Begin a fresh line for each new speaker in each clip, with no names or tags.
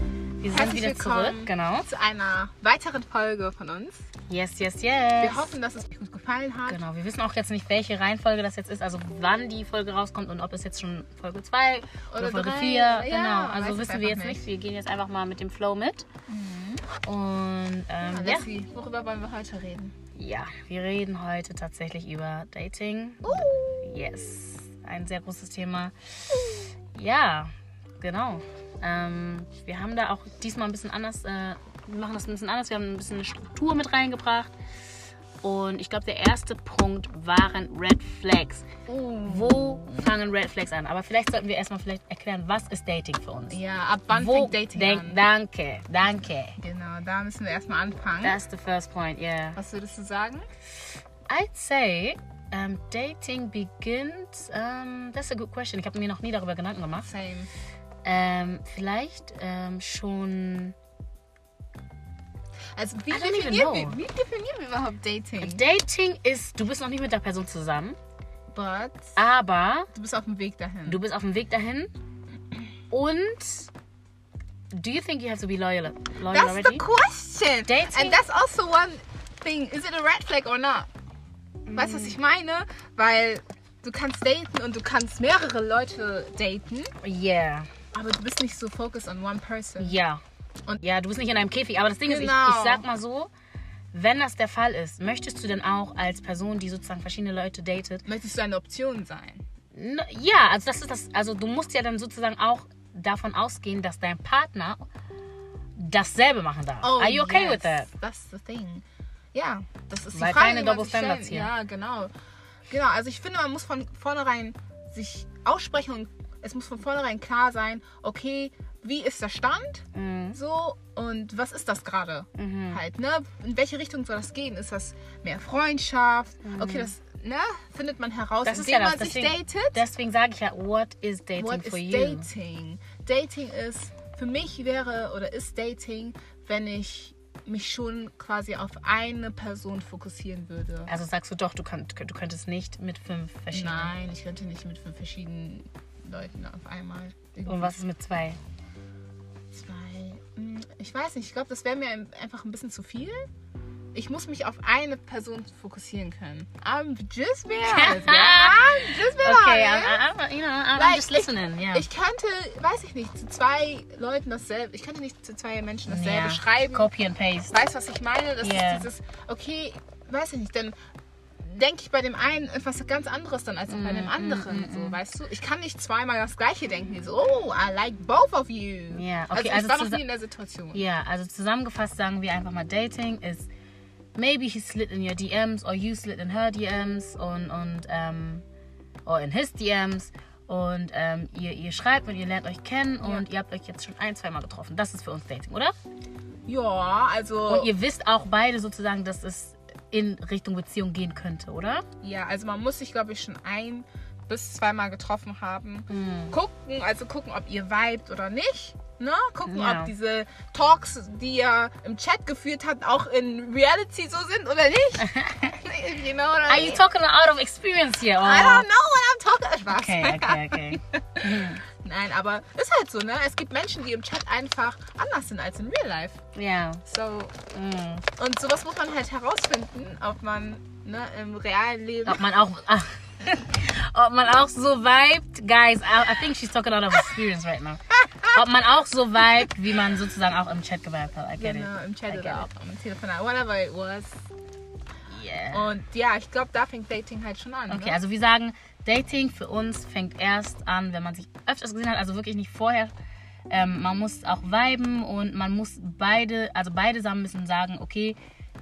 sind
Herzlich
wieder
willkommen
zurück, genau.
zu einer weiteren Folge von uns.
Yes, yes, yes.
Wir hoffen, dass es euch gut gefallen hat.
Genau, wir wissen auch jetzt nicht, welche Reihenfolge das jetzt ist, also wann die Folge rauskommt und ob es jetzt schon Folge 2 oder,
Oder
Folge
drei,
4.
ja,
genau,
weiß
also
ich
wissen wir
einfach Mhm.
jetzt nicht. Wir gehen jetzt einfach mal mit dem Flow mit. Und
Ja,
ähm, ja,
Lassi, worüber wollen wir heute reden?
ja, wir reden heute tatsächlich über Dating. Uh. Yes, ein sehr großes Thema. Ja, genau. Ähm, wir haben da auch diesmal ein bisschen anders, äh, wir machen das ein bisschen anders. Wir haben ein bisschen eine Struktur mit reingebracht. Und ich glaube, der erste Punkt waren Red Flags.
Uh.
Wo fangen Red Flags an? Aber vielleicht sollten wir erstmal vielleicht erklären, was ist Dating für uns?
Ja, ab wann
Wo
fängt Dating
denk-
an?
Danke, danke.
Genau, da müssen wir erstmal anfangen.
That's the first point, yeah.
Was würdest du sagen?
I'd say ähm, dating begins. ähm, that's a good question. Ich habe mir noch nie darüber Gedanken gemacht.
Same.
Ähm, vielleicht ähm, schon
Also wie
I don't even
definieren, wir,
know.
wie definieren wir überhaupt Dating?
Dating ist. Du bist noch nicht mit der Person zusammen,
But
aber
du bist auf dem Weg dahin.
du bist auf dem Weg dahin. Und do you think you have to be loyal, loyal
That's the
already?
question.
Dating-
And that's also one thing. Is it a red flag or not? Weißt
Mm.
du, was ich meine? Weil du kannst daten und du kannst mehrere Leute daten,
Yeah,
aber du bist nicht so focused on one person.
ja.
Und-
ja, du bist nicht in einem Käfig. Aber das Ding ist,
Genau.
ich, ich sag mal so. Wenn das der Fall ist, möchtest du denn auch als Person, die sozusagen verschiedene Leute datet,
Möchtest du eine Option sein?
N- Ja, also das ist das, also du musst ja dann sozusagen auch davon ausgehen, dass dein Partner dasselbe machen darf. Are you okay
Oh, yes.
with that?
That's the thing. Ja, das ist
Weil
die Frage,
keine
die man
Double
sich stellen-
Standards hier.
Ja, genau. Genau, also ich finde, man muss von vornherein sich aussprechen und es muss von vornherein klar sein, okay, wie ist der Stand?
Mhm.
So, und was ist das gerade? Halt, ne? In welche Richtung soll das gehen? Ist das mehr Freundschaft? Okay, das, ne? Findet man heraus,
Mhm. Das ist
indem
ja das.
man sich
Deswegen,
datet.
deswegen sage ich ja, what is dating
What
for you?
is Dating? Dating ist, für mich wäre oder ist Dating, wenn ich mich schon quasi auf eine Person fokussieren würde.
Also sagst du doch, du, könnt, du könntest nicht mit fünf verschiedenen.
Nein, ich könnte nicht mit fünf verschiedenen Leuten auf einmal. irgendwie
Und was ist mit zwei?
Zwei. Hm, Ich weiß nicht, ich glaube, das wäre mir ein- einfach ein bisschen zu viel. Ich muss mich auf eine Person fokussieren können. I'm just me. honest, yeah. I'm just me.
Okay,
honest.
I'm, I'm, you know, I'm
Like,
just listening. yeah.
Ich könnte, weiß ich nicht, zu zwei Leuten dasselbe, ich könnte nicht zu zwei Menschen dasselbe
Ja.
schreiben.
Copy and paste.
Weißt du, was ich meine? Das
Yeah.
ist dieses, okay, weiß ich nicht, dann denke ich bei dem einen etwas ganz anderes dann als
Mm,
bei dem anderen, so, weißt du? Ich kann nicht zweimal das Gleiche denken, so, oh, I like both of you.
Ja, okay,
also ich
also
war noch
zusa-
nie in der Situation.
Ja, also zusammengefasst sagen wir einfach mal, Dating ist maybe he slid in your DMs or you slid in her DMs und, und ähm, or in his DMs und ähm, ihr, ihr schreibt und ihr lernt euch kennen und ihr habt euch jetzt schon ein, zweimal getroffen. Das ist für uns Dating, oder?
Ja, also,
Und ihr wisst auch beide sozusagen, dass es in Richtung Beziehung gehen könnte, oder?
ja, also man muss sich, glaube ich, schon ein bis zweimal getroffen haben.
Mhm.
Gucken, also gucken, ob ihr vibet oder nicht. Ne? Gucken,
Ja.
ob diese Talks, die ihr im Chat geführt habt, auch in Reality so sind oder nicht. you know what I
Are
mean?
you talking out of experience here?
I
Or?
don't know what I'm talking about.
Okay, okay, okay.
Nein, aber ist halt so, ne? Es gibt Menschen, die im Chat einfach anders sind als in Real Life.
Ja.
So,
Mm.
und sowas muss man halt herausfinden, ob man ne, im realen Leben.
Ob man auch. ah. ob man auch so vibet, guys, I, I think she's talking out of experience right now. Ob man auch so vibet, wie man sozusagen auch im Chat gewiped hat. I get
Genau,
it.
im Chat
I get
oder auch am Telefonat, whatever it was.
it. Yeah.
Und ja, ich glaube, da fängt Dating halt schon an.
Okay,
ne?
also wir sagen, Dating für uns fängt erst an, wenn man sich öfters gesehen hat, also wirklich nicht vorher. Ähm, man muss auch viben und man muss beide, also beide zusammen müssen sagen, okay,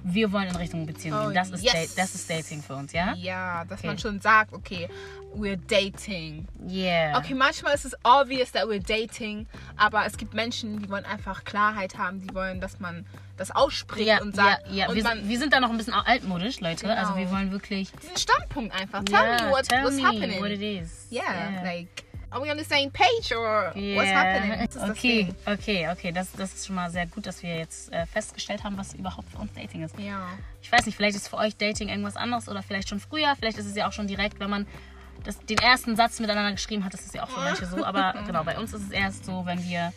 wir wollen in Richtung Beziehung gehen.
Oh,
das, ist
yes.
Da- das ist Dating für uns, ja?
Ja, dass
Okay.
man schon sagt, okay, we're dating.
Yeah.
Okay, manchmal ist es obvious, that we're dating, aber es gibt Menschen, die wollen einfach Klarheit haben, die wollen, dass man das ausspricht
Ja,
und sagt.
ja, ja.
Und
Wir,
man
wir sind da noch ein bisschen altmodisch, Leute. Also
Genau.
wir wollen wirklich
diesen Standpunkt einfach. Tell
yeah,
me what,
tell
what's
me
happening.
What it is.
yeah, like, are we on the same page or what's
Yeah.
happening? Das ist das
okay,
Ding.
okay, okay. Das, das ist schon mal sehr gut, dass wir jetzt äh, festgestellt haben, was überhaupt für uns Dating ist.
Ja.
Ich weiß nicht, vielleicht ist für euch Dating irgendwas anderes oder vielleicht schon früher. Vielleicht ist es ja auch schon direkt, wenn man das, den ersten Satz miteinander geschrieben hat. Das ist ja auch für manche so. Aber genau, bei uns ist es erst so, wenn wir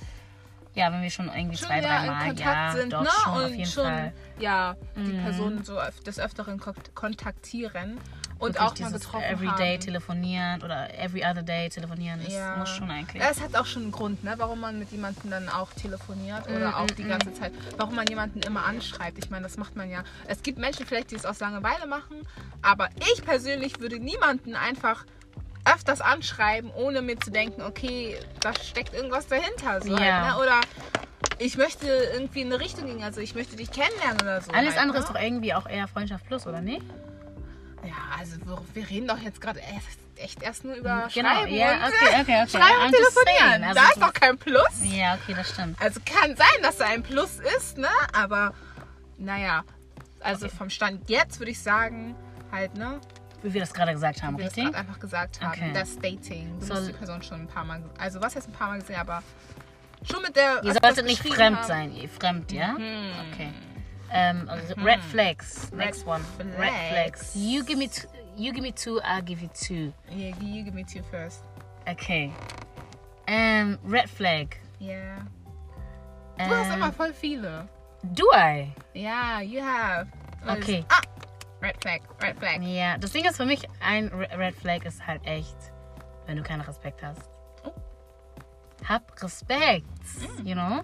Ja, wenn wir schon irgendwie
schon
zwei,
ja
drei
in
Mal
Kontakt
ja,
sind,
doch
ne?
schon
und
auf jeden
schon
Fall. Mhm.
ja die Person so öf- des öfteren kont- kontaktieren und
Wirklich
auch mal
dieses
getroffen
Everyday
haben.
telefonieren oder every other day telefonieren, das
Ja.
muss schon eigentlich.
Es hat auch schon einen Grund, ne, warum man mit jemandem dann auch telefoniert
Mhm,
oder auch die ganze Zeit, warum man jemanden immer anschreibt. Ich meine, das macht man ja. Es gibt Menschen vielleicht, die es aus Langeweile machen, aber ich persönlich würde niemanden einfach öfters anschreiben, ohne mir zu denken, okay, da steckt irgendwas dahinter. So
Ja.
halt, ne? Oder ich möchte irgendwie in eine Richtung gehen, also ich möchte dich kennenlernen oder so.
Alles
halt,
andere
ne?
ist doch irgendwie auch eher Freundschaft plus, oder nicht?
Ja, also wir, wir reden doch jetzt gerade erst- echt erst nur über
Genau,
Schreiben
ja,
und,
okay, okay, okay.
Schreiben
I'm
und
just
Telefonieren.
saying, also
da
es
ist doch kein Plus.
Ja, okay, das stimmt.
Also kann sein, dass da ein Plus ist, ne? Aber naja, also vom Stand jetzt würde ich sagen, halt, ne?
Wie wir das gerade gesagt haben,
Wie wir das
richtig?
gerade einfach gesagt haben,
Okay.
das Dating. Du
Soll-
musst die Person schon ein paar Mal, also was heißt ein paar Mal gesehen, aber schon mit der.
Ihr
als wir Also das
solltet nicht
beschrieben
fremd
haben, Mhm. Hm,
sein. Ihr fremd, ja? Okay. Ähm, r- Red flags. Next one. Red
Mm. Hmm. flags.
flags. You give me two, you give me two, I'll give you two.
Yeah, you give me two first.
Okay. Ähm, red flag.
Yeah.
Ähm,
Du hast immer voll viele.
Do I?
Ja, you have. Und
Okay.
Ah, red flag, red flag.
Ja, das Ding ist für mich, ein Re- Red Flag ist halt echt, wenn du keinen Respekt hast.
Oh. Mm.
Hab Respekt, you know?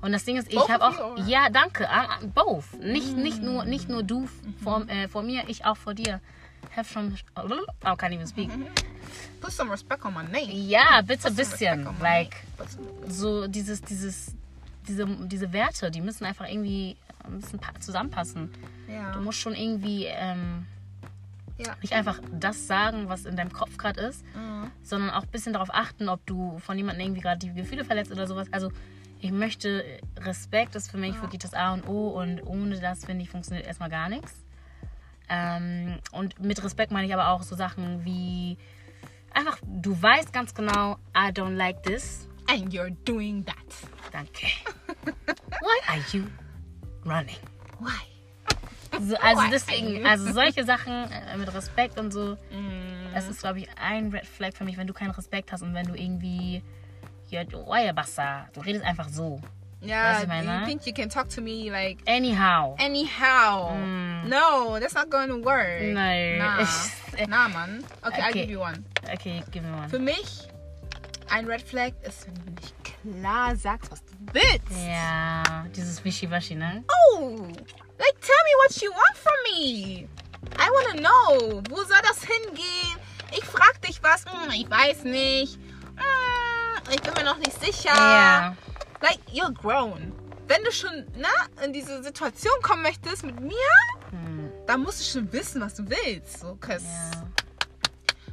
Und das Ding ist, ich
Both
habe
of you, Mm.
auch,
oder?
ja, danke, ah, ah, both. Nicht, nicht, nur, nicht nur
Mhm.
du vor, äh, vor mir, ich auch vor dir. Have some, oh, can't even speak.
Put some respect on my name.
Ja, bitte ein
Put some respect
bisschen,
on my
like,
name. Put some-
so dieses, dieses, diese, diese Werte, die müssen einfach irgendwie äh, müssen pa- zusammenpassen.
Ja.
Du musst schon irgendwie, ähm,
ja.
nicht einfach das sagen, was in deinem Kopf gerade ist,
Mm.
sondern auch ein bisschen darauf achten, ob du von jemandem irgendwie gerade die Gefühle verletzt oder sowas. Also ich möchte, Respekt ist für mich wirklich das A und O und ohne das, finde ich, funktioniert erstmal gar nichts. Ähm, und mit Respekt meine ich aber auch so Sachen wie einfach, du weißt ganz genau, I don't like this.
And you're doing that.
Danke. Why are you running?
Why?
So, also
Why are
deswegen,
you?
also solche Sachen äh, mit Respekt und so,
Mm. Mhm.
das ist, glaube ich, ein Red Flag für mich, wenn du keinen Respekt hast und wenn du irgendwie, ja, du Oyabasa, du redest einfach so.
Yeah,
Weiß ich meine?
you think you can talk to me like
Anyhow.
anyhow? No, that's not going to work.
Mm. No.
Nah. nah, man. Okay, I'll
Okay.
give you one.
Okay, gib mir mal.
Für mich, ein Red Flag ist, wenn du nicht klar sagst, was du willst.
Ja, dieses Wischiwaschi, ne?
Oh, like tell me what you want from me. I wanna know. Wo soll das hingehen? Ich frag dich was. Hm, ich weiß nicht. Hm, ich bin mir noch nicht sicher.
Ja.
Like, you're grown. Wenn du schon ne, in diese Situation kommen möchtest mit mir, dann musst du schon wissen, was du willst. So, cause
Hm. Ja.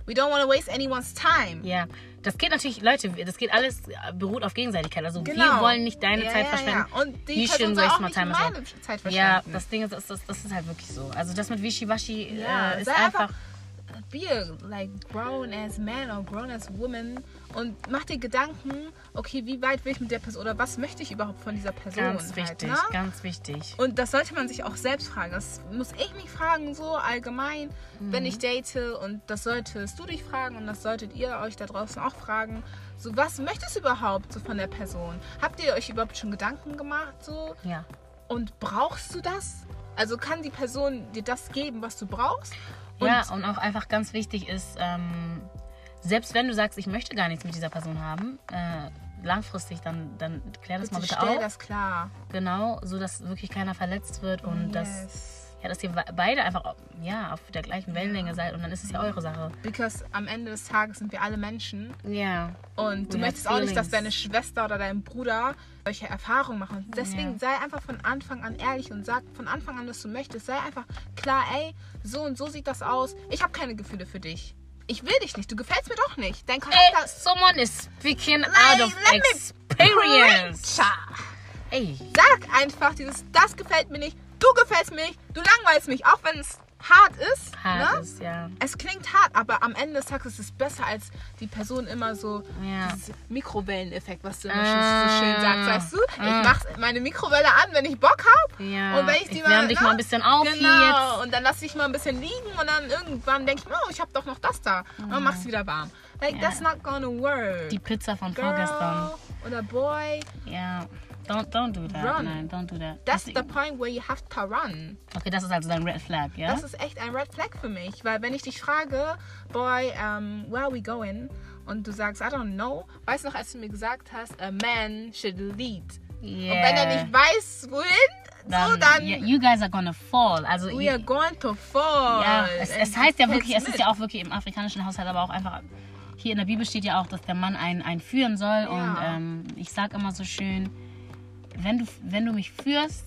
we don't want to waste anyone's time.
Ja, das geht natürlich, Leute, das geht alles, äh, beruht auf Gegenseitigkeit. Also wir
Genau.
wollen nicht deine
Ja,
Zeit
ja,
verschwenden.
Ja. Und die
You
Person
shouldn't
soll
waste
auch
my
nicht
time as well.
meine Zeit verschwenden.
Ja, das Ding ist, das, das, das ist halt wirklich so. Also das mit Wischiwaschi
Ja,
äh, ist
sei
einfach,
einfach- be a like grown as man or grown as woman und mach dir Gedanken, okay, wie weit will ich mit der Person oder was möchte ich überhaupt von dieser Person?
ganz wichtig,
Halt, ne?
ganz wichtig.
Und das sollte man sich auch selbst fragen. Das muss ich mich fragen, so allgemein,
Mhm.
wenn ich date. Und das solltest du dich fragen und das solltet ihr euch da draußen auch fragen. So, was möchtest du überhaupt so von der Person? Habt ihr euch überhaupt schon Gedanken gemacht? So,
Ja.
und brauchst du das? Also kann die Person dir das geben, was du brauchst? Und
ja, oh, und auch einfach ganz wichtig ist, ähm, selbst wenn du sagst, ich möchte gar nichts mit dieser Person haben, äh, langfristig, dann, dann klär das
bitte
mal
stell
bitte auf.
das klar.
Genau, so dass wirklich keiner verletzt wird und dass,
Yes.
ja, dass ihr we- beide einfach au- ja, auf der gleichen Wellenlänge seid und dann ist es
Mhm.
ja eure Sache.
Because am Ende des Tages sind wir alle Menschen
Ja.
und
We
du
have
möchtest auch nicht, dass
feelings.
deine Schwester oder dein Bruder solche Erfahrungen machen. Deswegen
Ja.
sei einfach von Anfang an ehrlich und sag von Anfang an, was du möchtest. Sei einfach klar, ey, so und so sieht das aus. Ich habe keine Gefühle für dich. Ich will dich nicht. Du gefällst mir doch nicht. Dein
Ey,
Charakter ist
someone is speaking
Nein,
out of
let me
experience.
Preacher.
Ey,
Sag einfach dieses, das gefällt mir nicht. Du gefällst mir nicht. Du langweilst mich, auch wenn es hart ist.
hart
ne?
ist, ja.
Es klingt hart, aber am Ende des Tages ist es besser als die Person immer so
Ja.
dieses Mikrowelleneffekt, was du immer
Ah.
schon so schön sagst, weißt du?
Ah.
Ich mach meine Mikrowelle an, wenn ich Bock hab.
Ja.
Und wenn ich die
Ich
mal,
wärm dich
ne?
mal ein bisschen auf hier
genau.
jetzt.
Und dann lass ich mal ein bisschen liegen und dann irgendwann denk ich, oh, ich hab doch noch das da. Und dann mach's wieder warm. Like,
Ja.
that's not gonna work.
Die Pizza von
Girl.
vorgestern.
oder boy.
Yeah. Don't don't do that.
Run.
Nein, don't do that.
That's
Deswegen-
the point where you have to run.
okay, das ist also dein Red Flag, ja?
Das ist echt ein Red Flag für mich, weil wenn ich dich frage, boy, um, where are we going? Und du sagst, I don't know. Weißt du noch, als du mir gesagt hast, a man should lead.
yeah.
Und wenn er nicht weiß, wohin, so dann,
yeah, you guys are gonna fall. Also
we
ihr-
are going to fall.
ja, es, es heißt ja wirklich, es ist
auch
ja auch wirklich im afrikanischen Haushalt, aber auch einfach hier in der Bibel steht ja auch, dass der Mann einen, einen führen soll. Und
Ja.
ähm, ich sag immer so schön, wenn du, wenn du mich führst,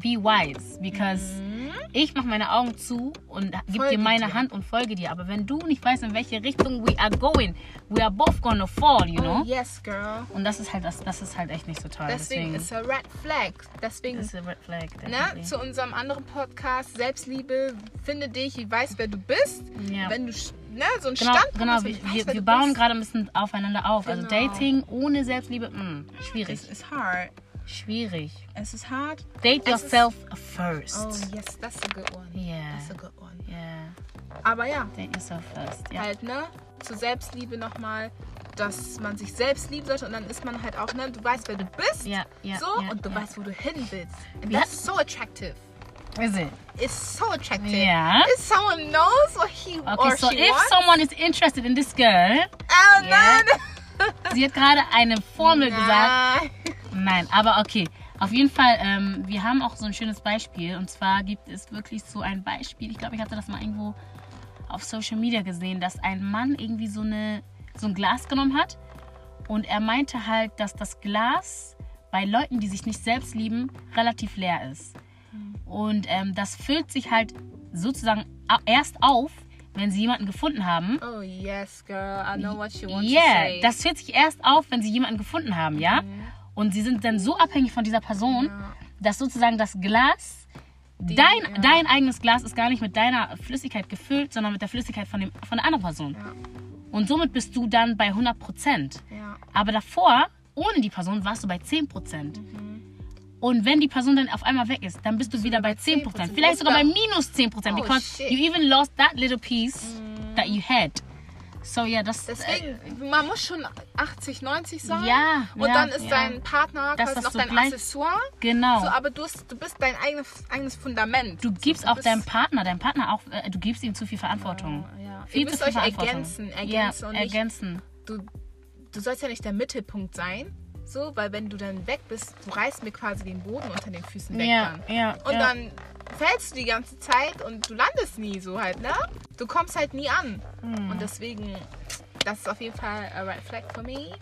be wise, because ich mache meine Augen zu und gib
Mhm. Folge
dir meine
dir.
Hand und folge dir. Aber wenn du nicht weißt, in welche Richtung we are going, we are both gonna fall,
Oh
you know.
Yes, girl.
Und das ist halt das, das ist halt echt nicht so toll.
Deswegen,
Deswegen,
ist a red flag. Deswegen
ist ein Red Flag.
Ne,
definitely.
zu unserem anderen Podcast, Selbstliebe, finde dich, ich weiß, wer du bist.
Ja.
Wenn du sch- ne, so einen
Genau,
Standpunkt
genau.
hast,
Wir,
ich weiß,
wir,
wer
wir
du
bauen
bist.
gerade ein bisschen aufeinander auf. Also
Genau.
Dating ohne Selbstliebe, mh, schwierig.
Es ist hard.
Schwierig.
Es ist hard.
Date
Also Es Oh, ist-
yourself
Oh,
first.
yes, that's a good one.
Yeah.
That's a good one.
Yeah,
Aber ja,
date yourself first. Ja.
halt, ne, zur Selbstliebe nochmal, dass man sich selbst lieben sollte und dann ist man halt auch, ne, du weißt, wer du bist.
Ja, ja,
so,
ja,
und du
ja.
weißt, wo du hin willst. And
Wir
that's so attractive.
Is it?
It's so attractive.
Ja.
If someone knows what he
Okay,
or
so
she
if
wants.
someone is interested in this girl,
oh
Yeah.
nein!
sie hat gerade eine Formel gesagt.
Nein.
Nein, aber okay. Auf jeden Fall, ähm, wir haben auch so ein schönes Beispiel. Und zwar gibt es wirklich so ein Beispiel. Ich glaube, ich hatte das mal irgendwo auf Social Media gesehen, dass ein Mann irgendwie so, eine, so ein Glas genommen hat. Und er meinte halt, dass das Glas bei Leuten, die sich nicht selbst lieben, relativ leer ist. Und ähm, das füllt sich halt sozusagen au- erst auf, wenn sie jemanden gefunden haben.
Oh yes, girl. I know what you want to
Yeah,
say. Mhm.
das fällt sich erst auf, wenn sie jemanden gefunden haben, ja? Und sie sind dann so abhängig von dieser Person,
Ja.
dass sozusagen das Glas, dein,
ja.
dein eigenes Glas ist gar nicht mit deiner Flüssigkeit gefüllt, sondern mit der Flüssigkeit von, dem, von der anderen Person.
Ja.
Und somit bist du dann bei 100 Prozent.
ja.
Aber davor, ohne die Person, warst du bei 10 Prozent.
Mhm.
Und wenn die Person dann auf einmal weg ist, dann bist du wieder bei 10 Prozent.
10%.
Vielleicht sogar bei minus 10 Prozent,
Oh,
because
shit. Mhm.
you even lost that little piece that you had. So, ja, das...
Deswegen, man muss schon 80, 90 sein.
Äh, Ja,
Und
ja,
dann ist
ja.
dein Partner
Dass
quasi
das
noch
so
dein
bleibt.
Accessoire.
Genau.
So, aber du, hast- du bist dein eigenes, eigenes Fundament.
du gibst
so, du
auch deinem
bist-
Partner, deinem Partner auch, äh, du gibst ihm zu viel Verantwortung.
ja.
Viel
Ihr
zu
müsst
viel
euch
Verantwortung.
ergänzen, ergänzen
ja,
und nicht-
ergänzen.
Du, du sollst ja nicht der Mittelpunkt sein. So, weil wenn du dann weg bist, du reißt mir quasi den Boden unter den Füßen weg.
Ja,
dann.
ja,
Und
ja.
dann fällst du die ganze Zeit und du landest nie so halt, ne? Du kommst halt nie an.
Hm.
Und deswegen, das ist auf jeden Fall a red flag for me.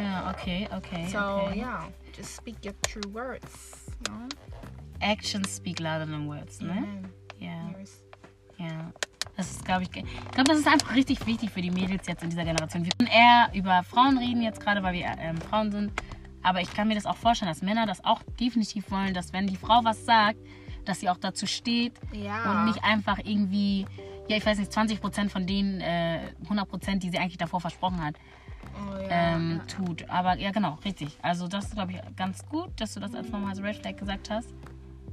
Ja, okay, okay.
So,
okay.
yeah, just speak your true words. No?
Actions speak louder than words, ne?
Amen.
Ja,
Yours.
ja. Das ist, glaube ich, ge- ich glaube, das ist einfach richtig wichtig für die Mädels jetzt in dieser Generation. Wir können eher über Frauen reden jetzt gerade, weil wir ähm, Frauen sind. Aber ich kann mir das auch vorstellen, dass Männer das auch definitiv wollen, dass wenn die Frau was sagt, dass sie auch dazu steht
Ja.
und nicht einfach irgendwie, ja, ich weiß nicht, 20% von denen, äh, 100%, die sie eigentlich davor versprochen hat,
Oh, ja,
ähm,
ja.
tut. Aber ja, genau, richtig. Also das ist, glaube ich, ganz gut, dass du das als nochmal als Red Flag gesagt hast.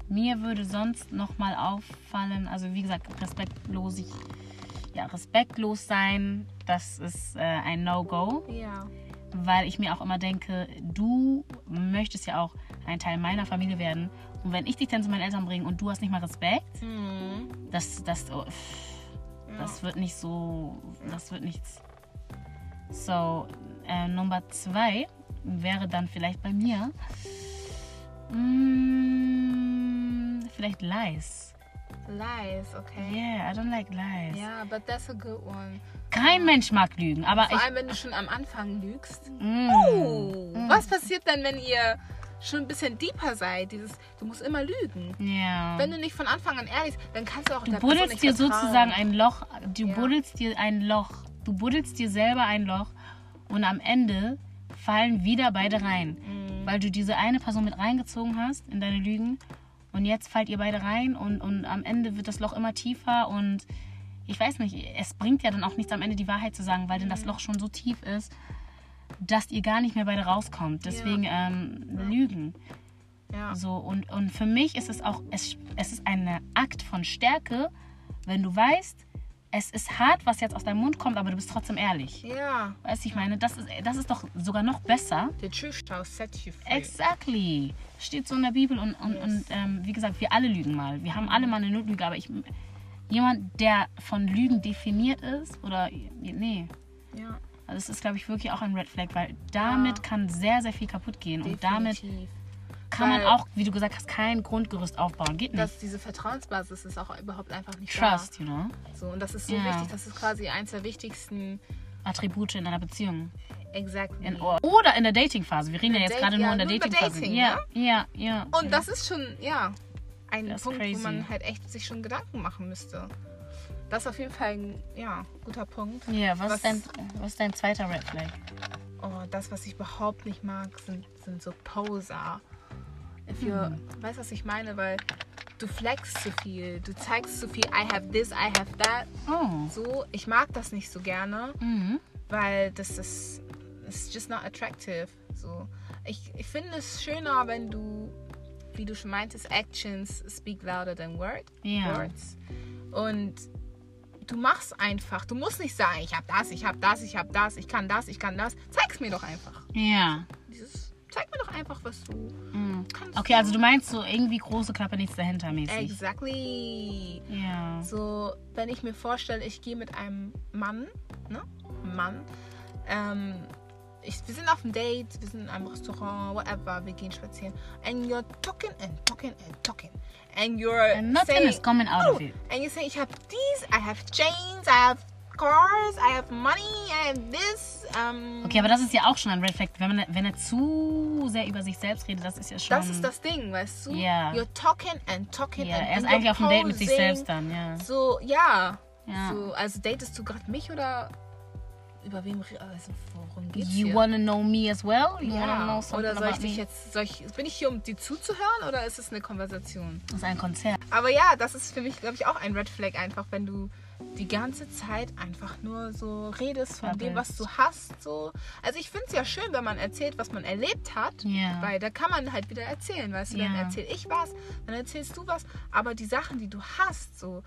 Mir würde sonst nochmal auffallen, also wie gesagt, respektlos, ja, respektlos sein, das ist äh, ein No-Go,
Ja.
weil ich mir auch immer denke, du möchtest ja auch ein Teil meiner Familie werden. Und wenn ich dich dann zu meinen Eltern bringe und du hast nicht mal Respekt,
Mhm.
das, das, oh, pff,
Ja.
das wird nicht so, das wird nichts. So, äh, Nummer zwei wäre dann vielleicht bei mir. Mm, vielleicht lies.
Lies, okay.
Yeah, I don't like lies.
Ja, but that's a good one.
Kein Mensch mag lügen, aber
Vor
ich.
allem, wenn du schon am Anfang lügst.
Mm,
Oh, Was passiert dann, wenn ihr schon ein bisschen deeper seid? Dieses, du musst immer lügen.
yeah.
Wenn du nicht von Anfang an ehrlich bist, dann kannst du auch
Du
der Person
buddelst
nicht
dir
vertrauen.
sozusagen ein Loch. Du
Ja.
buddelst dir ein Loch. Du buddelst dir selber ein Loch und am Ende fallen wieder beide rein.
Mhm.
Weil du diese eine Person mit reingezogen hast in deine Lügen und jetzt fallt ihr beide rein und, und am Ende wird das Loch immer tiefer und ich weiß nicht, es bringt ja dann auch nichts am Ende die Wahrheit zu sagen, weil denn
Mhm.
das Loch schon so tief ist, dass ihr gar nicht mehr beide rauskommt. Deswegen ähm, Lügen.
Ja.
So, und, und für mich ist es auch, es, es ist ein Akt von Stärke, wenn du weißt, es ist hart, was jetzt aus deinem Mund kommt, aber du bist trotzdem ehrlich.
Ja.
Weißt du, ich meine, das ist, das ist doch sogar noch besser.
The truth shall set you free.
Exactly. Steht so in der Bibel und, und, und ähm, wie gesagt, wir alle lügen mal. Wir haben alle mal eine Notlüge, aber ich, jemand, der von Lügen definiert ist, oder nee,
ja,
also es ist, glaube ich, wirklich auch ein Red Flag, weil damit kann sehr, sehr viel kaputt gehen und damit
definitiv.
kann man
Weil-
auch, wie du gesagt hast, kein Grundgerüst aufbauen. Geht nicht.
Dass diese Vertrauensbasis ist auch überhaupt einfach nicht
Trust, you know?
da. So, und das ist so
Ja.
wichtig. Das ist quasi eins der wichtigsten.
Attribute in einer Beziehung.
Exactly.
In, oder in der Dating-Phase. Wir reden ja jetzt
Date-
gerade nur
ja,
in der
nur über
Dating-Phase.
Dating, ne?
ja, ja, ja.
Und das ist schon, ja, ein
Das ist
Punkt, wo
crazy.
man halt echt sich schon Gedanken machen müsste. Das ist auf jeden Fall ein ja, guter Punkt.
Ja, was,
was-
ist dein, was ist dein zweiter Red Flag?
Oh, das, was ich überhaupt nicht mag, sind, sind so Poser. If you,
Mhm.
Weißt du, was ich meine? Weil du flexst zu viel, du zeigst zu viel, I have this, I have that.
Oh.
So, ich mag das nicht so gerne,
Mhm.
weil das ist, it's just not attractive. So, ich, ich finde es schöner, wenn du, wie du schon meintest, Actions speak louder than words.
Ja.
Words. Und du machst einfach. Du musst nicht sagen, ich hab das, ich hab das, ich hab das, ich kann das, ich kann das. Zeig's mir doch einfach.
Ja.
Dieses, zeig mir doch einfach, was du
Mhm.
kannst.
Okay, also du meinst so irgendwie große Klappe, nichts dahinter mäßig.
Exactly.
Ja.
So, wenn ich mir vorstelle, ich gehe mit einem Mann, ne? Mann. Ähm, ich, wir sind auf einem Date, wir sind in einem Restaurant, whatever, wir gehen spazieren. And you're talking and talking and talking. And you're
And nothing
saying,
is coming out
oh,
of it.
And you say, ich habe dies, I have chains, I have cars, I have money, I have this. Ähm,
Okay, aber das ist ja auch schon ein Red Flag. Wenn, man, wenn er zu sehr über sich selbst redet, das ist ja schon.
das ist das Ding, weißt du?
Ja.
You're talking and talking
Ja,
and
er ist
and
eigentlich
you're
auf dem Date mit sich
posing.
selbst dann, ja.
So, ja.
Ja.
So, also datest du gerade mich oder über wem re- also worum geht's
You
hier?
wanna know me as well? You wanna know
ja.
something
Oder soll ich
about
dich
me?
jetzt, soll ich, bin ich hier, um dir zuzuhören oder ist es eine Konversation?
Das ist ein Konzert.
Aber ja, das ist für mich, glaube ich, auch ein Red Flag einfach, wenn du die ganze Zeit einfach nur so redest von dem, was du hast. So. Also ich finde es ja schön, wenn man erzählt, was man erlebt hat,
Ja.
weil da kann man halt wieder erzählen, weißt du, dann
Ja.
erzähl ich was, dann erzählst du was, aber die Sachen, die du hast, so,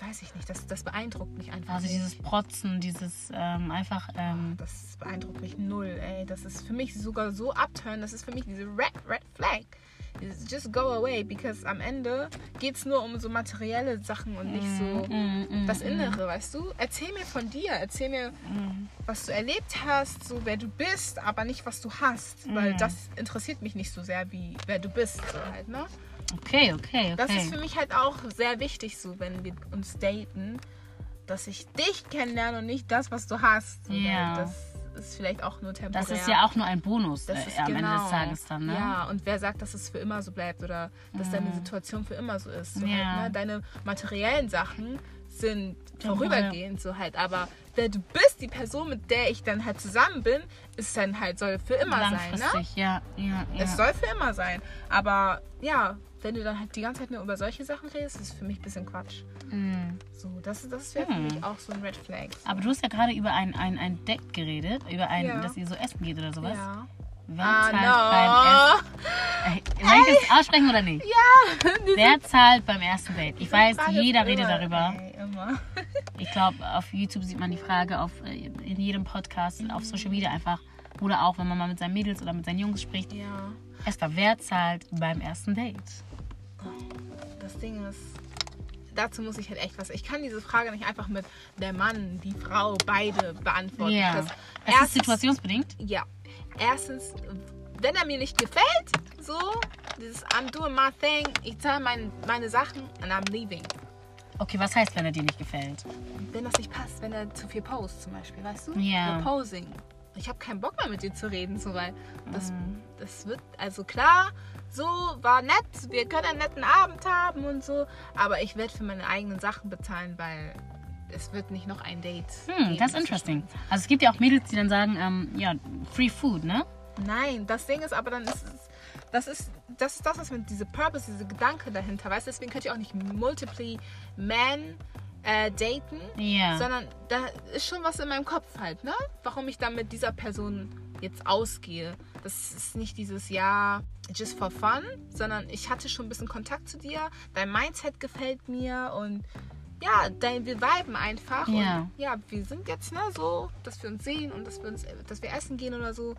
weiß ich nicht, das, das beeindruckt mich einfach.
Also
nicht.
dieses Protzen, dieses ähm, einfach. Ähm,
Ah, Das beeindruckt mich null, ey. Das ist für mich sogar so abtönen. Das ist für mich diese Red, Red Flag. Dieses Just go away, because am Ende geht es nur um so materielle Sachen und nicht so
mm, mm,
das
mm.
Innere, weißt du? Erzähl mir von dir, erzähl mir, was du erlebt hast, so wer du bist, aber nicht, was du hast. Weil
Mm.
das interessiert mich nicht so sehr, wie wer du bist. So halt, ne?
Okay, okay, okay.
Das ist für mich halt auch sehr wichtig, so wenn wir uns daten, dass ich dich kennenlerne und nicht das, was du hast. So, weil
Ja.
Das ist vielleicht auch nur temporär.
Das ist ja auch nur ein Bonus
Das
äh,
ist
am
genau.
Ende des Tages dann, ne? Mhm.
Ja, und wer sagt, dass es für immer so bleibt oder dass deine Situation für immer so ist? So
Ja.
halt, ne? Deine materiellen Sachen sind
Temporär.
vorübergehend so halt, aber wer du bist, die Person, mit der ich dann halt zusammen bin, ist dann halt, soll für immer sein, ne?
Langfristig, ja, ja, ja.
Es soll für immer sein. Aber ja, wenn du dann halt die ganze Zeit nur über solche Sachen redest, ist für mich ein bisschen Quatsch.
Mm.
So, das, das wäre für mich auch so ein Red Flag.
Hm. Aber du hast ja gerade über ein, ein, ein Date geredet, über ein,
Ja.
dass ihr so essen geht oder sowas.
Ja.
Wer
Ah,
zahlt beim
no.
ersten Soll ich das aussprechen oder nicht? Wer zahlt beim ersten Date? Ich weiß,
Frage
jeder
ist
redet
immer-
darüber.
Ey, immer.
Ich glaube, auf YouTube sieht man die Frage, auf, äh, in jedem Podcast, auf Social Media einfach. Oder auch, wenn man mal mit seinen Mädels oder mit seinen Jungs spricht.
Ja.
Erstmal, wer zahlt beim ersten Date?
Das Ding ist, dazu muss ich halt echt was. Ich kann diese Frage nicht einfach mit der Mann, die Frau, beide beantworten.
Ja. Es
because
ist
erstens-
situationsbedingt.
Ja. Erstens, wenn er mir nicht gefällt, so, dieses I'm doing my thing, ich zahle mein, meine Sachen and I'm leaving.
Okay, was heißt, wenn er dir nicht gefällt? Hm,
wenn das nicht passt, wenn er zu viel post zum Beispiel, weißt du?
Ja.
Nur Posing. Ich habe keinen Bock mehr mit dir zu reden, so weil das,
Mhm.
das wird, also klar, so war nett, wir können einen netten Abend haben und so, aber ich werde für meine eigenen Sachen bezahlen, weil es wird nicht noch ein Date.
Hm,
geben
that's
zwischen
interesting.
uns.
Also es gibt ja auch Mädels, die dann sagen, ähm, ja, free food, ne?
Nein, das Ding ist aber dann ist es, das ist das ist das, was mit diese Purpose, diese Gedanke dahinter, weißt du? Deswegen könnt ihr auch nicht multiply men äh, daten,
Ja.
sondern da ist schon was in meinem Kopf halt, ne? Warum ich dann mit dieser Person jetzt ausgehe. Das ist nicht dieses Ja, just for fun, sondern ich hatte schon ein bisschen Kontakt zu dir, dein Mindset gefällt mir und ja, dein, wir viben einfach.
Ja.
Und, ja, wir sind jetzt ne, so, dass wir uns sehen und dass wir, uns, dass wir essen gehen oder so.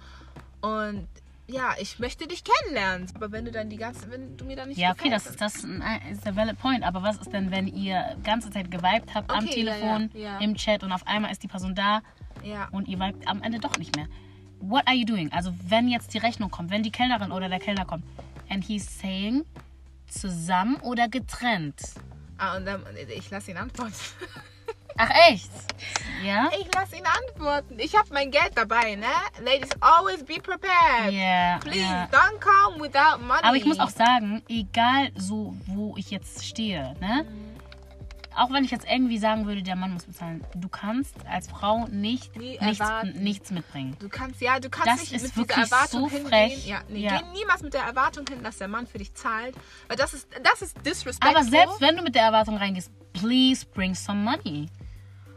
Und ja, ich möchte dich kennenlernen. Aber wenn du dann die ganze, wenn du mir dann nicht
Ja, okay, das
gefällst,
ist, das ist ein- ist der valid point. Aber was ist denn, wenn ihr ganze Zeit geweibt habt am
Okay, ja,
Telefon,
ja, ja.
im Chat und auf einmal ist die Person da
dann- Ja.
und ihr weibt am Ende doch nicht mehr? What are you doing? Also wenn jetzt die Rechnung kommt, wenn die Kellnerin oder der Kellner kommt and he's saying zusammen oder getrennt.
Ah, und dann, ich lasse ihn antworten.
Ach echt? Ja?
Ich lasse ihn antworten. Ich habe mein Geld dabei, ne? Ladies, always be prepared.
Ja.
Äh, Please,
ja.
don't come without money.
Aber ich muss auch sagen, egal so, wo ich jetzt stehe, ne? Auch wenn ich jetzt irgendwie sagen würde, der Mann muss bezahlen, du kannst als Frau nicht
Nie
nichts,
erwarten.
nichts mitbringen.
Du kannst, ja, du kannst
Das
nicht
ist
mit
wirklich
dieser Erwartung
so
hingehen.
frech.
Ja, nee,
Ja.
geh niemals mit der Erwartung hin, dass der Mann für dich zahlt. Weil das ist, das ist disrespectful.
Aber selbst wenn du mit der Erwartung reingehst, please bring some money.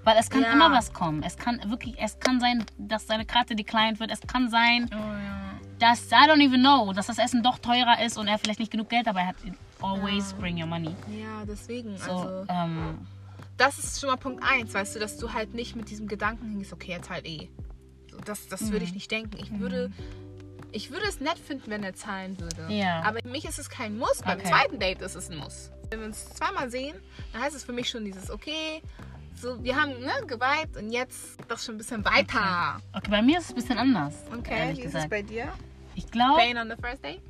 Weil es kann
Ja.
immer was kommen. Es kann wirklich, es kann sein, dass seine Karte declined wird. Es kann sein,
Oh, ja.
dass, I don't even know, dass das Essen doch teurer ist und er vielleicht nicht genug Geld dabei hat. Always bring your money.
ja, deswegen.
So,
Also,
ähm,
das ist schon mal Punkt eins, weißt du, dass du halt nicht mit diesem Gedanken hingehst, okay, er zahlt eh. So, Das, das würde
Mhm.
ich nicht denken. Ich würde, ich würde es nett finden, wenn er zahlen würde.
Ja.
Aber für mich ist es kein Muss. Beim
Okay.
zweiten Date ist es ein Muss. Wenn wir uns zweimal sehen, dann heißt es für mich schon dieses, okay, so, wir haben ne, geweiht und jetzt geht das schon ein bisschen weiter.
okay, bei mir ist es ein bisschen anders.
Okay,
ehrlich
wie ist es
gesagt. Oh.
bei dir?
Ich glaube,
Pain on the first date?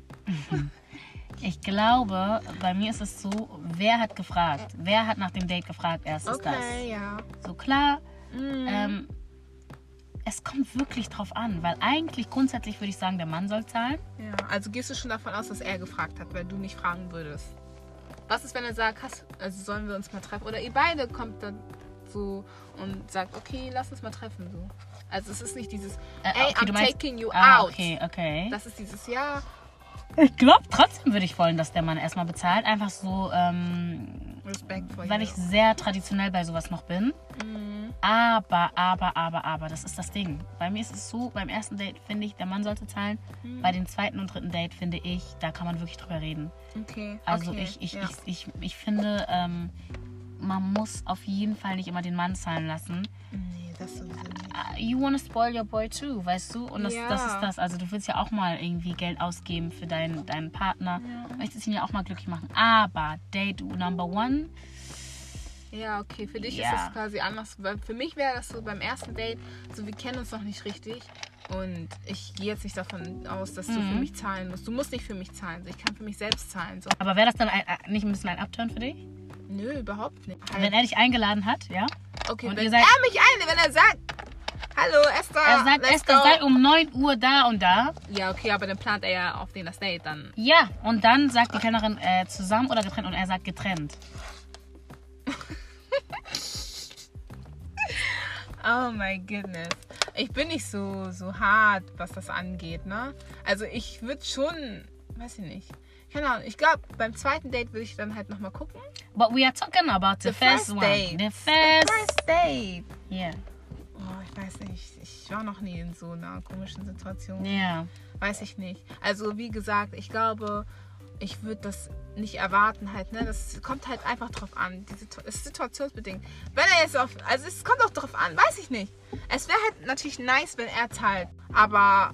ich glaube, bei mir ist es so, wer hat gefragt? Wer hat nach dem Date gefragt? Erstens
Okay, ja.
das. So klar,
Mm.
ähm, es kommt wirklich drauf an, weil eigentlich grundsätzlich würde ich sagen, der Mann soll zahlen.
Ja, also gehst du schon davon aus, dass er gefragt hat, weil du nicht fragen würdest. Was ist, wenn er sagt, hast, also sollen wir uns mal treffen? Oder ihr beide kommt dann so und sagt, okay, lass uns mal treffen. So. Also es ist nicht dieses,
Äh,
ey,
okay,
I'm
du meinst-
taking you
Ah,
out.
okay, okay.
Das ist dieses, ja,
Ich glaube, trotzdem würde ich wollen, dass der Mann erstmal bezahlt. Einfach so, ähm,
Respekt vor
weil ich sehr traditionell bei sowas noch bin.
Mhm.
Aber, aber, aber, aber, das ist das Ding. Bei mir ist es so, beim ersten Date finde ich, der Mann sollte zahlen.
Mhm.
Bei dem zweiten und dritten Date finde ich, da kann man wirklich drüber reden.
Okay,
Also
okay,
ich, ich,
ja.
ich, ich, ich finde, ähm, man muss auf jeden Fall nicht immer den Mann zahlen lassen.
Nee, das sowieso nicht.
Ah, You wanna spoil your boy too, weißt du? Und das,
Ja.
das ist das. Also du willst ja auch mal irgendwie Geld ausgeben für deinen, deinen Partner. Du möchtest ihn ja auch mal glücklich machen. Aber Date number one,
Ja, okay, für dich ist
Ja.
das quasi anders. Weil Für mich wäre das so beim ersten Date, so wir kennen uns noch nicht richtig. Und ich gehe jetzt nicht davon aus, dass du für mich zahlen musst. Du musst nicht für mich zahlen. so, Ich kann für mich selbst zahlen. So.
aber wäre das dann ein, ein- nicht ein bisschen ein Upturn für dich? Also
Nö, überhaupt nicht.
Wenn
Halt.
er dich eingeladen hat, ja?
Okay,
und
wenn
ihr seid-
er mich ein, wenn er sagt, hallo Esther, um-"
Er sagt,
let's
Esther
go.
sei um 9 Uhr da und da.
Ja, okay, aber dann plant er ja auf den das Date dann.
Ja, und dann sagt die Kellnerin äh, zusammen oder getrennt und er sagt getrennt.
Oh my goodness. Ich bin nicht so, so hart, was das angeht, ne? Also ich würde schon, weiß ich nicht. Keine Ahnung, ich glaube, beim zweiten Date würde ich dann halt nochmal gucken.
But we are talking about the,
The
first,
first
one.
date.
The first.
First Date.
Yeah.
Oh, ich weiß nicht. Ich war noch nie in so einer komischen Situation.
Yeah.
Weiß ich nicht. Also wie gesagt, ich glaube, ich würde das nicht erwarten halt. Ne? Das kommt halt einfach drauf an. Die Situ ist situationsbedingt. Wenn er jetzt auf... Also es kommt auch drauf an. Weiß ich nicht. Es wäre halt natürlich nice, wenn er zahlt. Aber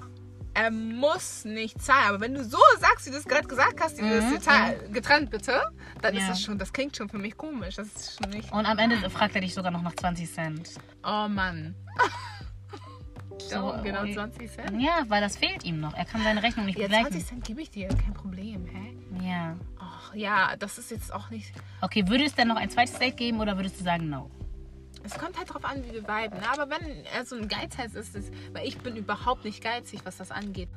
er muss nicht zahlen. Aber wenn du so sagst, wie du es gerade gesagt hast, dieses
Mhm.
Detail- getrennt bitte, dann ist
Ja.
das schon... Das klingt schon für mich komisch. Das ist schon nicht...
Und am Ende fragt er dich sogar noch nach 20 Cent.
Oh Mann.
So,
oh, genau
okay.
20 Cent.
Ja, weil das fehlt ihm noch. Er kann seine Rechnung nicht
Ja,
begleichen.
20 Cent gebe ich dir, kein Problem, hä?
Ja.
Ach ja, das ist jetzt auch nicht.
Okay, würde es denn noch ein zweites Date geben oder würdest du sagen no?
Es kommt halt drauf an, wie wir viben. ne? Aber wenn er so ein Geizhals ist, ist, weil ich bin überhaupt nicht geizig, was das angeht.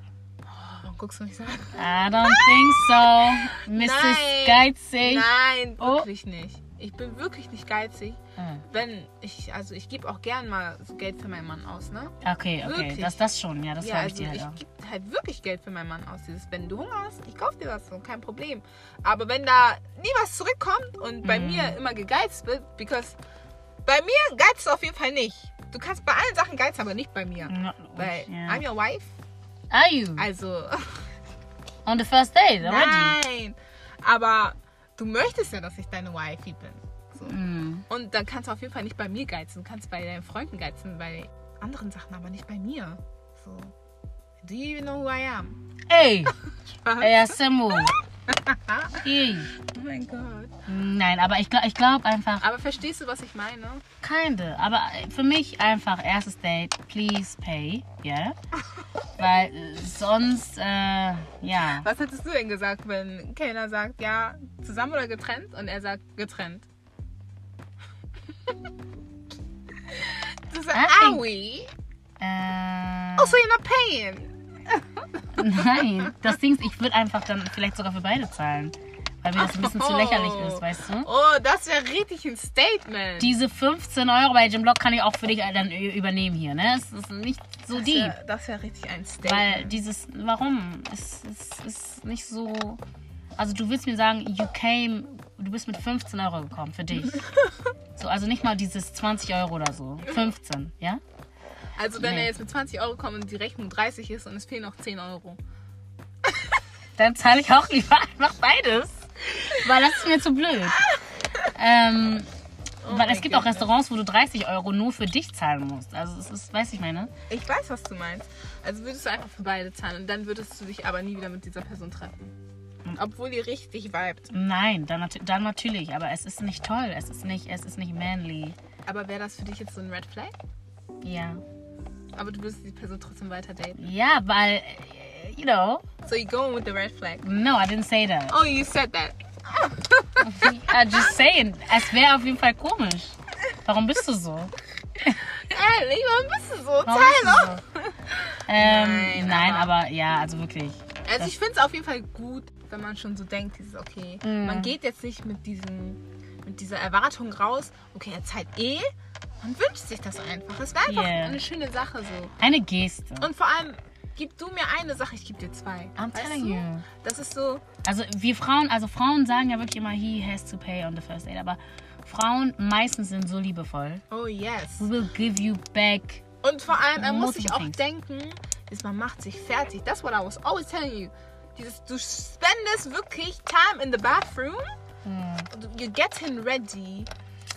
Oh, warum guckst du mich so an?
I don't think so. Mrs.
Nein.
Geizig.
Nein,
Oh.
wirklich nicht. Ich bin wirklich nicht geizig.
Hm.
Wenn ich, also ich gebe auch gern mal so Geld für meinen Mann aus, ne?
Okay, okay.
Wirklich?
Das, das schon. Ja, das glaube
ja,
ich
also
dir halt
ich
auch.
gebe halt wirklich Geld für meinen Mann aus. Dieses, wenn du Hunger hast, ich kaufe dir was, so, kein Problem. Aber wenn da nie was zurückkommt und bei
Mhm.
mir immer gegeizt wird, because bei mir geizt du auf jeden Fall nicht. Du kannst bei allen Sachen geizen, aber nicht bei mir.
No,
Weil
yeah.
I'm your wife,
Are you?
also
Hm. On the first date already?
nein. Aber du möchtest ja, dass ich deine Wifey bin. So.
Mm.
Und dann kannst du auf jeden Fall nicht bei mir geizen. Du kannst bei deinen Freunden geizen, bei anderen Sachen, aber nicht bei mir. So. Do you even know who I am?
Ey! Ey, Simo. Ey.
Oh mein Gott.
Nein, aber ich glaube ich glaub einfach,
Aber verstehst du, was ich meine?
keine. Aber äh, für mich einfach erstes Date, please pay, yeah. Weil äh, sonst, äh, ja.
Was hättest du denn gesagt, wenn Kellner sagt, ja, zusammen oder getrennt? Und er sagt, getrennt. das ist
I think-
Aui.
Äh,
Oh, so you're not paying.
Nein, das Ding ist, ich würde einfach dann vielleicht sogar für beide zahlen. Weil mir das ein bisschen zu lächerlich ist, weißt du?
Oh, das wäre richtig ein Statement.
Diese 15 Euro bei Jim Block kann ich auch für dich äh, dann ü- übernehmen hier, ne? Es ist nicht so
das
deep.
wär- Das wäre richtig ein Statement.
Weil dieses, warum? Es es ist nicht so. Also, du willst mir sagen, you came, du bist mit 15 Euro gekommen für dich. So, also nicht mal dieses 20 Euro oder so. 15, ja?
also, wenn
Nee.
er jetzt mit 20 Euro kommt und die Rechnung 30 ist und es fehlen noch 10 Euro.
Dann zahle ich auch lieber einfach beides. Weil das ist mir zu blöd. Ähm,
Oh
weil
mein
es gibt auch
Goodness.
Restaurants, wo du 30 Euro nur für dich zahlen musst. Also es ist, weiß ich meine.
Ich weiß, was du meinst. Also würdest du einfach für beide zahlen und dann würdest du dich aber nie wieder mit dieser Person treffen.
Hm.
Obwohl die richtig vibet.
Nein, dann, nat dann natürlich. Aber es ist nicht toll. Es ist nicht, es ist nicht manly.
Aber wäre das für dich jetzt so ein Red Flag?
Ja.
Aber du würdest die Person trotzdem weiter daten.
Ja, weil, äh, you know.
So you going with the red flag.
No, I didn't say that.
Oh, you said that. Oh.
I'm just saying. Es wäre auf jeden Fall komisch. Warum bist du so?
Ehrlich, warum bist du so?
Warum
Teil
bist du so? Ähm,
Nein,
nein,
aber-
aber, ja, also wirklich.
Also ich finde es auf jeden Fall gut, wenn man schon so denkt, dieses okay,
Mm.
man geht jetzt nicht mit diesem, mit dieser Erwartung raus, okay, er zahlt eh, man wünscht sich das einfach. Es wäre einfach
Yeah.
eine schöne Sache so.
Eine Geste.
Und vor allem, gib du mir eine Sache, ich gebe dir zwei.
I'm
Weißt
telling
du?
you.
Das ist so,
Also wir Frauen, also Frauen sagen ja wirklich immer, he has to pay on the first date, aber Frauen meistens sind so liebevoll.
oh yes.
We will give you back.
Und vor allem, er muss
Multiple
sich auch
things.
denken, dass man macht sich fertig. That's what I was always telling you. Dieses, du spendest wirklich time in the bathroom. You get him ready.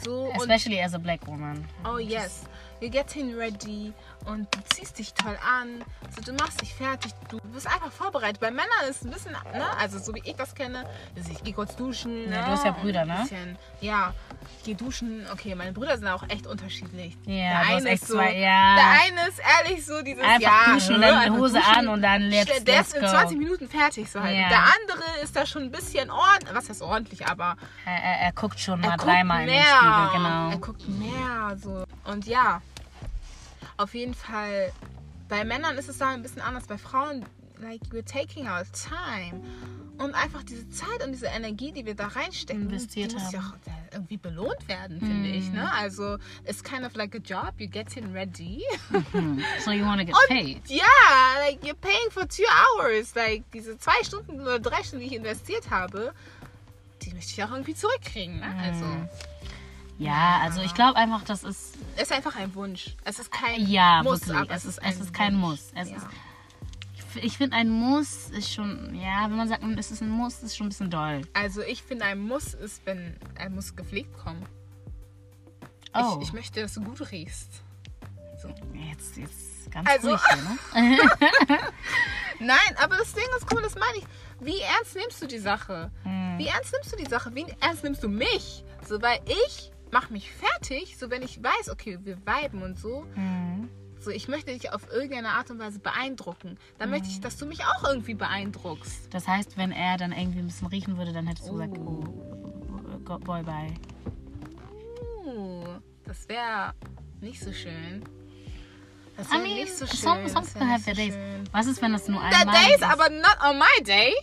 So, und
Especially as a black woman.
Oh yes, you getting ready und du ziehst dich toll an, so, du machst dich fertig, du bist einfach vorbereitet. Bei Männern ist es ein bisschen, ne, also so wie ich das kenne, dass ich gehe kurz duschen.
Ja,
ne,
du hast ja
und
Brüder,
ein
ne?
Bisschen, ja, ich gehe duschen. Okay, meine Brüder sind auch echt unterschiedlich.
Ja, du
der
hast
eine
echt
ist so,
zwei- ja.
der eine ist ehrlich so dieses
Einfach
ja,
duschen und
ne,
dann
einfach
Hose
duschen.
an und dann let's-
Der- Der
let's
ist in
go.
20 Minuten fertig so halt.
Ja.
Der andere ist da schon ein bisschen ordentlich, was heißt ordentlich, aber
Er, er, er guckt schon
er
mal
guckt
dreimal in den
mehr.
Spiegel,
Er
genau.
guckt mehr so. Und ja, auf jeden Fall, bei Männern ist es da ein bisschen anders. Bei Frauen, like, we're taking our time. Und einfach diese Zeit und diese Energie, die wir da reinstecken,
Investiert
die muss ja
haben. Mhm.
auch irgendwie belohnt werden, finde ich. Ne? Also, it's kind of like a job. You get him ready.
So you wanna get paid.
Ja, like you're paying for two hours. Like diese zwei Stunden oder drei Stunden, die ich investiert habe, die möchte ich auch irgendwie zurückkriegen. Ne? Also,
Mhm. Ja, also ich glaube einfach, das ist
es ist einfach ein Wunsch. Es ist kein
Äh, ja
Muss,
wirklich.
aber
Es ist,
ein
es ist kein
Wunsch.
Muss. Es
ja.
ist, ich finde ein Muss ist schon, ja, wenn man sagt, es ist ein Muss, ist schon ein bisschen doll.
Also ich finde, ein Muss ist, wenn ein Muss gepflegt kommt.
Oh,
Ich, ich möchte, dass du gut riechst.
jetzt, jetzt ganz
Also-
ruhig hier, ne?
Nein, aber das Ding ist cool, das meine ich. Wie ernst nimmst du die Sache?
Hm.
Wie ernst nimmst du die Sache? Wie ernst nimmst du mich? So, weil ich mache mich fertig, so wenn ich weiß, okay, wir viben und so.
Mhm.
So, ich möchte dich auf irgendeine Art und Weise beeindrucken. Dann möchte
Hm.
ich, dass du mich auch irgendwie beeindruckst.
Das heißt, wenn er dann irgendwie ein bisschen riechen würde, dann hättest du gesagt,
Oh.
oh, go- boy, bye.
Uh, das wäre nicht so schön. Das
I
wäre
mean,
nicht so schön.
some, some
das
people
wär
have
nicht
their
so
days.
schön.
Was ist, wenn das nur
Their
einmal
days,
ist?
aber not on my day.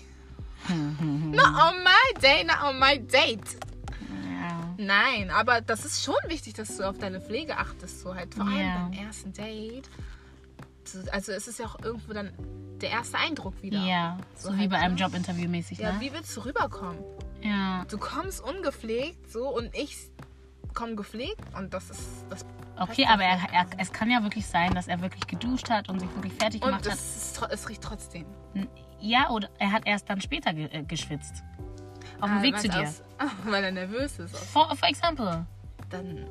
not on my day, not on my date.
Ja.
Nein, aber das ist schon wichtig, dass du auf deine Pflege achtest, so halt vor allem
Ja.
beim ersten Date. So, Also es ist ja auch irgendwo dann der erste Eindruck wieder.
Ja, so wie bei einem Jobinterview mäßig,
Ja,
ne?
wie willst du rüberkommen?
Ja,
Du kommst ungepflegt, so und ich komme gepflegt und das ist das
okay, aber er, er, es kann ja wirklich sein, dass er wirklich geduscht hat und sich wirklich fertig
und
gemacht hat.
es, ist, tro- es riecht trotzdem.
Ja, oder er hat erst dann später ge äh, geschwitzt. Auf dem
Ah,
Weg zu
weil's
dir.
aus- oh, weil er nervös ist. Aus-
For, for example.
Dann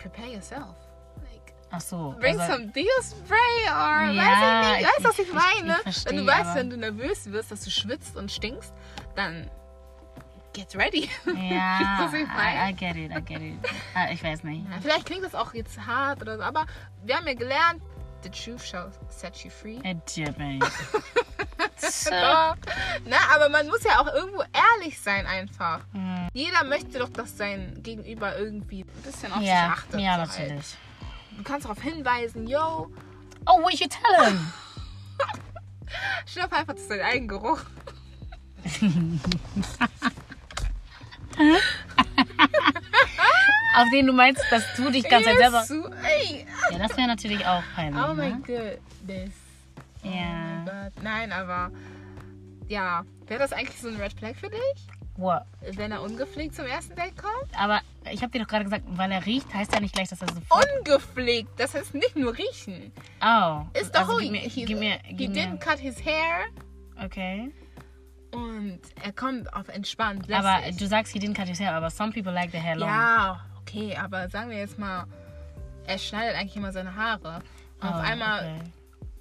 prepare yourself. Like,
Ach so.
bring
also-
some Deal Spray
Ja,
or weiß ich nicht. Weißt du, was
ich-
ich
ich-
meine?
ich verstehe,
wenn du weißt,
aber-
wenn du nervös wirst, dass du schwitzt und stinkst, dann get ready.
Ja,
Was ich meine?
I, I get it, I get it. Ah, ich weiß nicht.
Ja, Vielleicht klingt das auch jetzt hart oder so, aber wir haben ja gelernt, the truth shall set you free.
Äh, Tja, bin ich. So.
Ja. Na, aber man muss ja auch irgendwo ehrlich sein einfach.
Hm.
Jeder möchte doch, dass sein Gegenüber irgendwie ein bisschen auf sich
Ja,
achtet.
ja,
so halt.
natürlich.
Du kannst darauf hinweisen, yo,
Oh, what you tell him?
schnapp einfach zu deinem eigenen Geruch.
Auf den du meinst, dass du dich ganz yes. selber...
Jesu, ey.
Ja, das wäre natürlich auch peinlich,
Oh my
ne?
goodness.
Ja.
But, nein, aber ja, wäre das eigentlich so ein Red Flag für dich?
What?
Wenn er ungepflegt zum ersten Date kommt?
Aber ich habe dir doch gerade gesagt, weil er riecht, heißt ja nicht gleich, dass er sofort...
Ungepflegt, das heißt nicht nur riechen.
Oh.
Ist doch
also, gib
he-
mir,
he-
gib mir,
he
gib
didn't
mir.
cut his hair
Okay.
und er kommt auf entspannt.
Aber
lässig.
du sagst, he didn't cut his hair, aber some people like the hair long.
Ja, okay, aber sagen wir jetzt mal, er schneidet eigentlich immer seine Haare. Und
Oh,
auf einmal,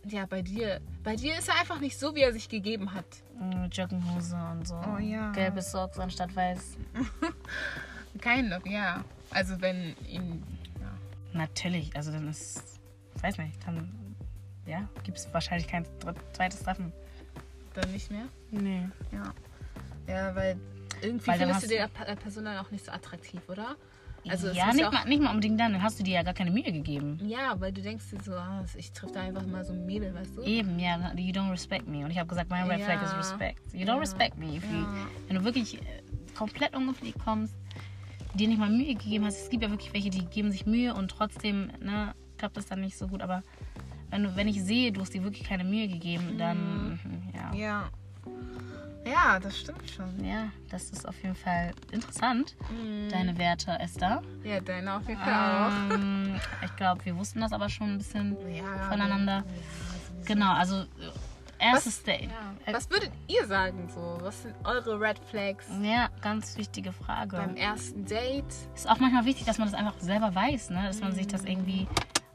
Okay.
ja, bei dir. Bei dir ist er einfach nicht so, wie er sich gegeben hat.
Mm, Joggenhose und so.
Oh ja.
Gelbe Socks anstatt weiß.
Kein Look, ja. Also wenn ihn. Ja.
Natürlich, also dann ist, ich weiß nicht, dann ja, gibt es wahrscheinlich kein dritt, zweites Treffen.
Dann nicht mehr?
Nee.
Ja. Ja, weil irgendwie
Weil dann
findest du
hast-
der Pa- der äh, Person dann auch nicht so attraktiv, oder?
Also
Also es
ja,
muss
nicht,
ja auch-
mal, nicht mal unbedingt dann, dann hast du dir ja gar keine Mühe gegeben.
Ja, weil du denkst dir so, ah, ich treffe da einfach mal so ein Mädel, weißt du?
Eben, ja, you don't respect me. Und ich habe gesagt, mein Red Flag
Ja.
ist Respect. You don't
Ja.
respect me. If you,
Ja.
wenn du wirklich äh, komplett ungepflegt kommst, dir nicht mal Mühe gegeben hast. Es gibt ja wirklich welche, die geben sich Mühe und trotzdem ne, klappt das dann nicht so gut. Aber wenn, du, wenn ich sehe, du hast dir wirklich keine Mühe gegeben, dann mhm, ja.
Ja. Ja, das stimmt schon.
Ja, das ist auf jeden Fall interessant. Deine Werte, Esther.
Ja, deine auf jeden Fall Mhm. auch.
Ähm, ich glaube, wir wussten das aber schon ein bisschen
Ja,
voneinander.
Ja,
Genau, also äh, erstes Date.
Ja.
Äh,
Was würdet ihr sagen so? Was sind eure Red Flags
Ja, ganz wichtige Frage.
beim ersten Date?
ist auch manchmal wichtig, dass man das einfach selber weiß, ne? dass man sich das irgendwie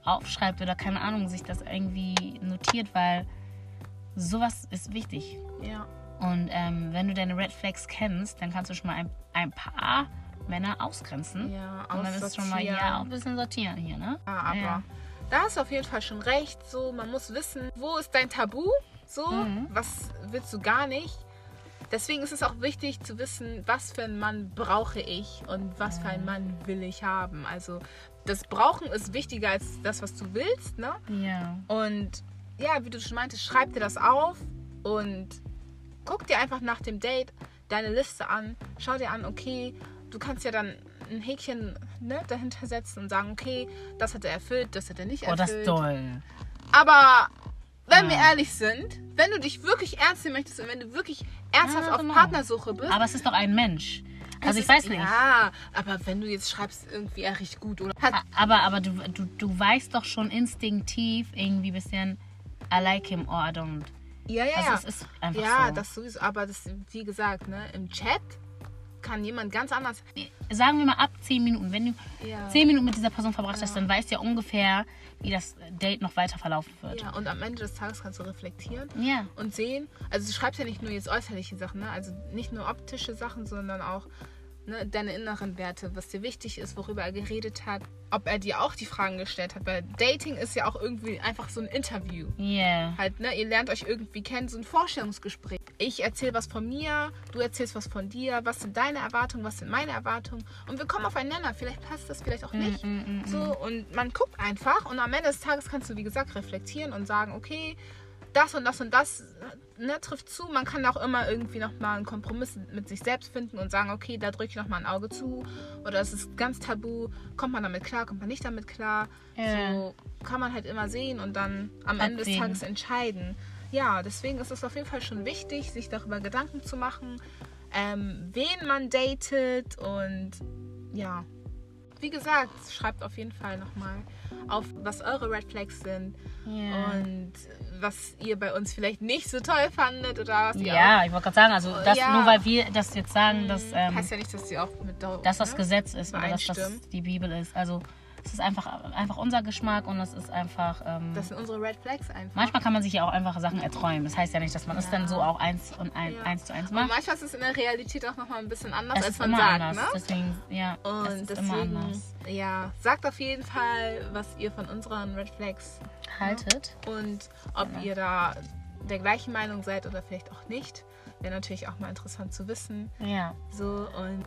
aufschreibt oder keine Ahnung, sich das irgendwie notiert, weil sowas ist wichtig.
Ja.
Und ähm, wenn du deine Red Flags kennst, dann kannst du schon mal ein, ein paar Männer ausgrenzen.
Ja,
Und dann ist es schon mal
aussortieren.
ja, auch ein bisschen sortieren hier, ne?
Ja, aber
Ja.
da hast du auf jeden Fall schon recht. So, man muss wissen, wo ist dein Tabu? So,
Mhm.
was willst du gar nicht? Deswegen ist es auch wichtig zu wissen, was für einen Mann brauche ich und was für
Mhm.
einen Mann will ich haben. Also das Brauchen ist wichtiger als das, was du willst, ne?
Ja.
Und ja, wie du schon meintest, schreib dir das auf und guck dir einfach nach dem Date deine Liste an. Schau dir an, okay, du kannst ja dann ein Häkchen ne, dahinter setzen und sagen, okay, das hat er erfüllt, das hat er nicht
Oh, das
erfüllt.
ist toll. Ah.
Aber wenn wir ehrlich sind, wenn du dich wirklich ernst nehmen möchtest und wenn du wirklich ernsthaft
Ja,
auf
genau.
Partnersuche bist,
Aber es ist doch ein Mensch. Also
es
ich weiß
ist-
nicht.
Ja, aber wenn du jetzt schreibst, irgendwie er riecht gut oder hat
A- Aber, aber du, du, du weißt doch schon instinktiv irgendwie ein bisschen, I like him or I don't.
Ja, ja,
Also
ja.
es ist einfach
ja,
so.
das sowieso. Aber das, wie gesagt, ne, im Chat kann jemand ganz anders.
Sagen wir mal ab 10 Minuten. Wenn du
Ja.
10 Minuten mit dieser Person verbracht hast, dann weißt du ja ungefähr, wie das Date noch weiter verlaufen wird.
Ja, und am Ende des Tages kannst du reflektieren
Ja.
und sehen. Also du schreibst ja nicht nur jetzt äußerliche Sachen, ne? also nicht nur optische Sachen, sondern auch ne, deine inneren Werte, was dir wichtig ist, worüber er geredet hat, ob er dir auch die Fragen gestellt hat. Weil Dating ist ja auch irgendwie einfach so ein Interview.
Yeah.
Halt, ne, ihr lernt euch irgendwie kennen, so ein Vorstellungsgespräch. Ich erzähle was von mir, du erzählst was von dir, was sind deine Erwartungen, was sind meine Erwartungen und wir kommen aufeinander. Vielleicht passt das, vielleicht
Mm,
auch nicht. So, und man guckt einfach und am Ende des Tages kannst du, wie gesagt, reflektieren und sagen, okay, das und das und das ne, trifft zu. Man kann auch immer irgendwie nochmal einen Kompromiss mit sich selbst finden und sagen, okay, da drücke ich nochmal ein Auge zu oder es ist ganz tabu, kommt man damit klar, kommt man nicht damit klar.
Ja.
So kann man halt immer sehen und dann am Ende des
Abwägen.
Tages entscheiden. Ja, deswegen ist es auf jeden Fall schon wichtig, sich darüber Gedanken zu machen, ähm, wen man datet und ja, wie gesagt, schreibt auf jeden Fall nochmal auf, was eure Red Flags sind
Ja.
und was ihr bei uns vielleicht nicht so toll fandet oder was ihr
Ja, ich wollte gerade sagen, also das,
Ja.
nur weil wir das jetzt sagen, dass,
auch.
ähm,
heißt ja nicht, dass ihr auch mit da-
dass das
ne?
Gesetz ist oder dass das
Übereinstimmen.
die Bibel ist. Also es ist einfach, einfach unser Geschmack und es ist einfach. Ähm,
Das sind unsere Red Flags einfach.
manchmal kann man sich ja auch einfach Sachen erträumen. Das heißt ja nicht, dass man es dann so auch eins und ein,
Ja.
eins zu eins
und
macht.
manchmal ist es in der Realität auch nochmal ein bisschen anders,
es
als
ist
man
immer
sagt.
anders.
Ne?
Deswegen, ja,
Und
es ist
deswegen,
immer anders.
ja, sagt auf jeden Fall, was ihr von unseren Red Flags
Haltet.
und ob ihr da der gleichen Meinung seid oder vielleicht auch nicht. Wäre natürlich auch mal interessant zu wissen.
Ja.
So und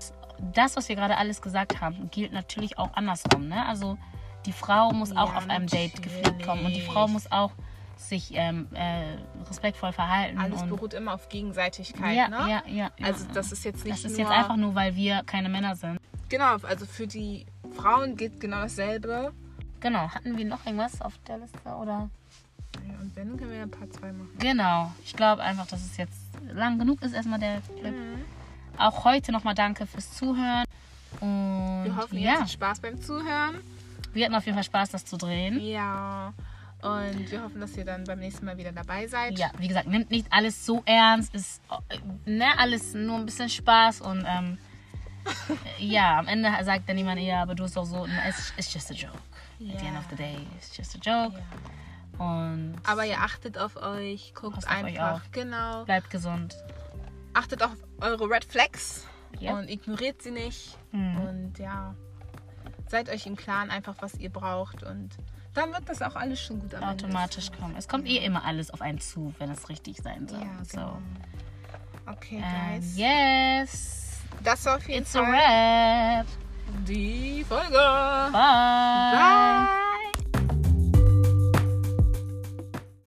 das, was wir gerade alles gesagt haben, gilt natürlich auch andersrum. Ne? Also die Frau muss auch
Ja,
auf einem Date gepflegt kommen und die Frau muss auch sich ähm, äh, respektvoll verhalten.
alles
und
beruht immer auf Gegenseitigkeit,
ja,
ne?
ja, ja, ja.
Also das ist jetzt nicht
das ist
nur
jetzt einfach nur, weil wir keine Männer sind.
genau, also für die Frauen gilt genau dasselbe.
Genau. Hatten wir noch irgendwas auf der Liste oder?
Und wenn können wir ein paar zwei machen.
Genau. Ich glaube einfach, dass es jetzt lang genug ist erstmal der Clip. Auch heute nochmal danke fürs Zuhören. Und
Wir hoffen, ihr
ja,
hattet Spaß beim Zuhören.
wir hatten auf jeden Fall Spaß, das zu drehen.
Ja. Und wir hoffen, dass ihr dann beim nächsten Mal wieder dabei seid.
Ja, wie gesagt, nimmt nicht alles so ernst, ist äh, ne, alles nur ein bisschen Spaß und ähm, ja, am Ende sagt dann jemand, ja, aber du hast doch so, ne, it's, it's just a joke. At the end
Ja.
of the day, it's just a joke. Und
Aber ihr achtet auf euch, guckt
Passt auf euch
einfach.
auf.
genau.
bleibt gesund.
Achtet auf eure Red Flags
Ja.
und ignoriert sie nicht.
Mhm.
Und ja, seid euch im Klaren einfach, was ihr braucht. Und dann wird das auch alles schon gut am Ende.
Automatisch kommen. Es kommt eh immer alles auf einen zu, wenn es richtig sein soll.
Ja,
So.
genau. Okay,
Ähm,
guys.
yes,
Das war auf jeden
it's a
Fall
wrap.
die Folge.
Bye.
Bye.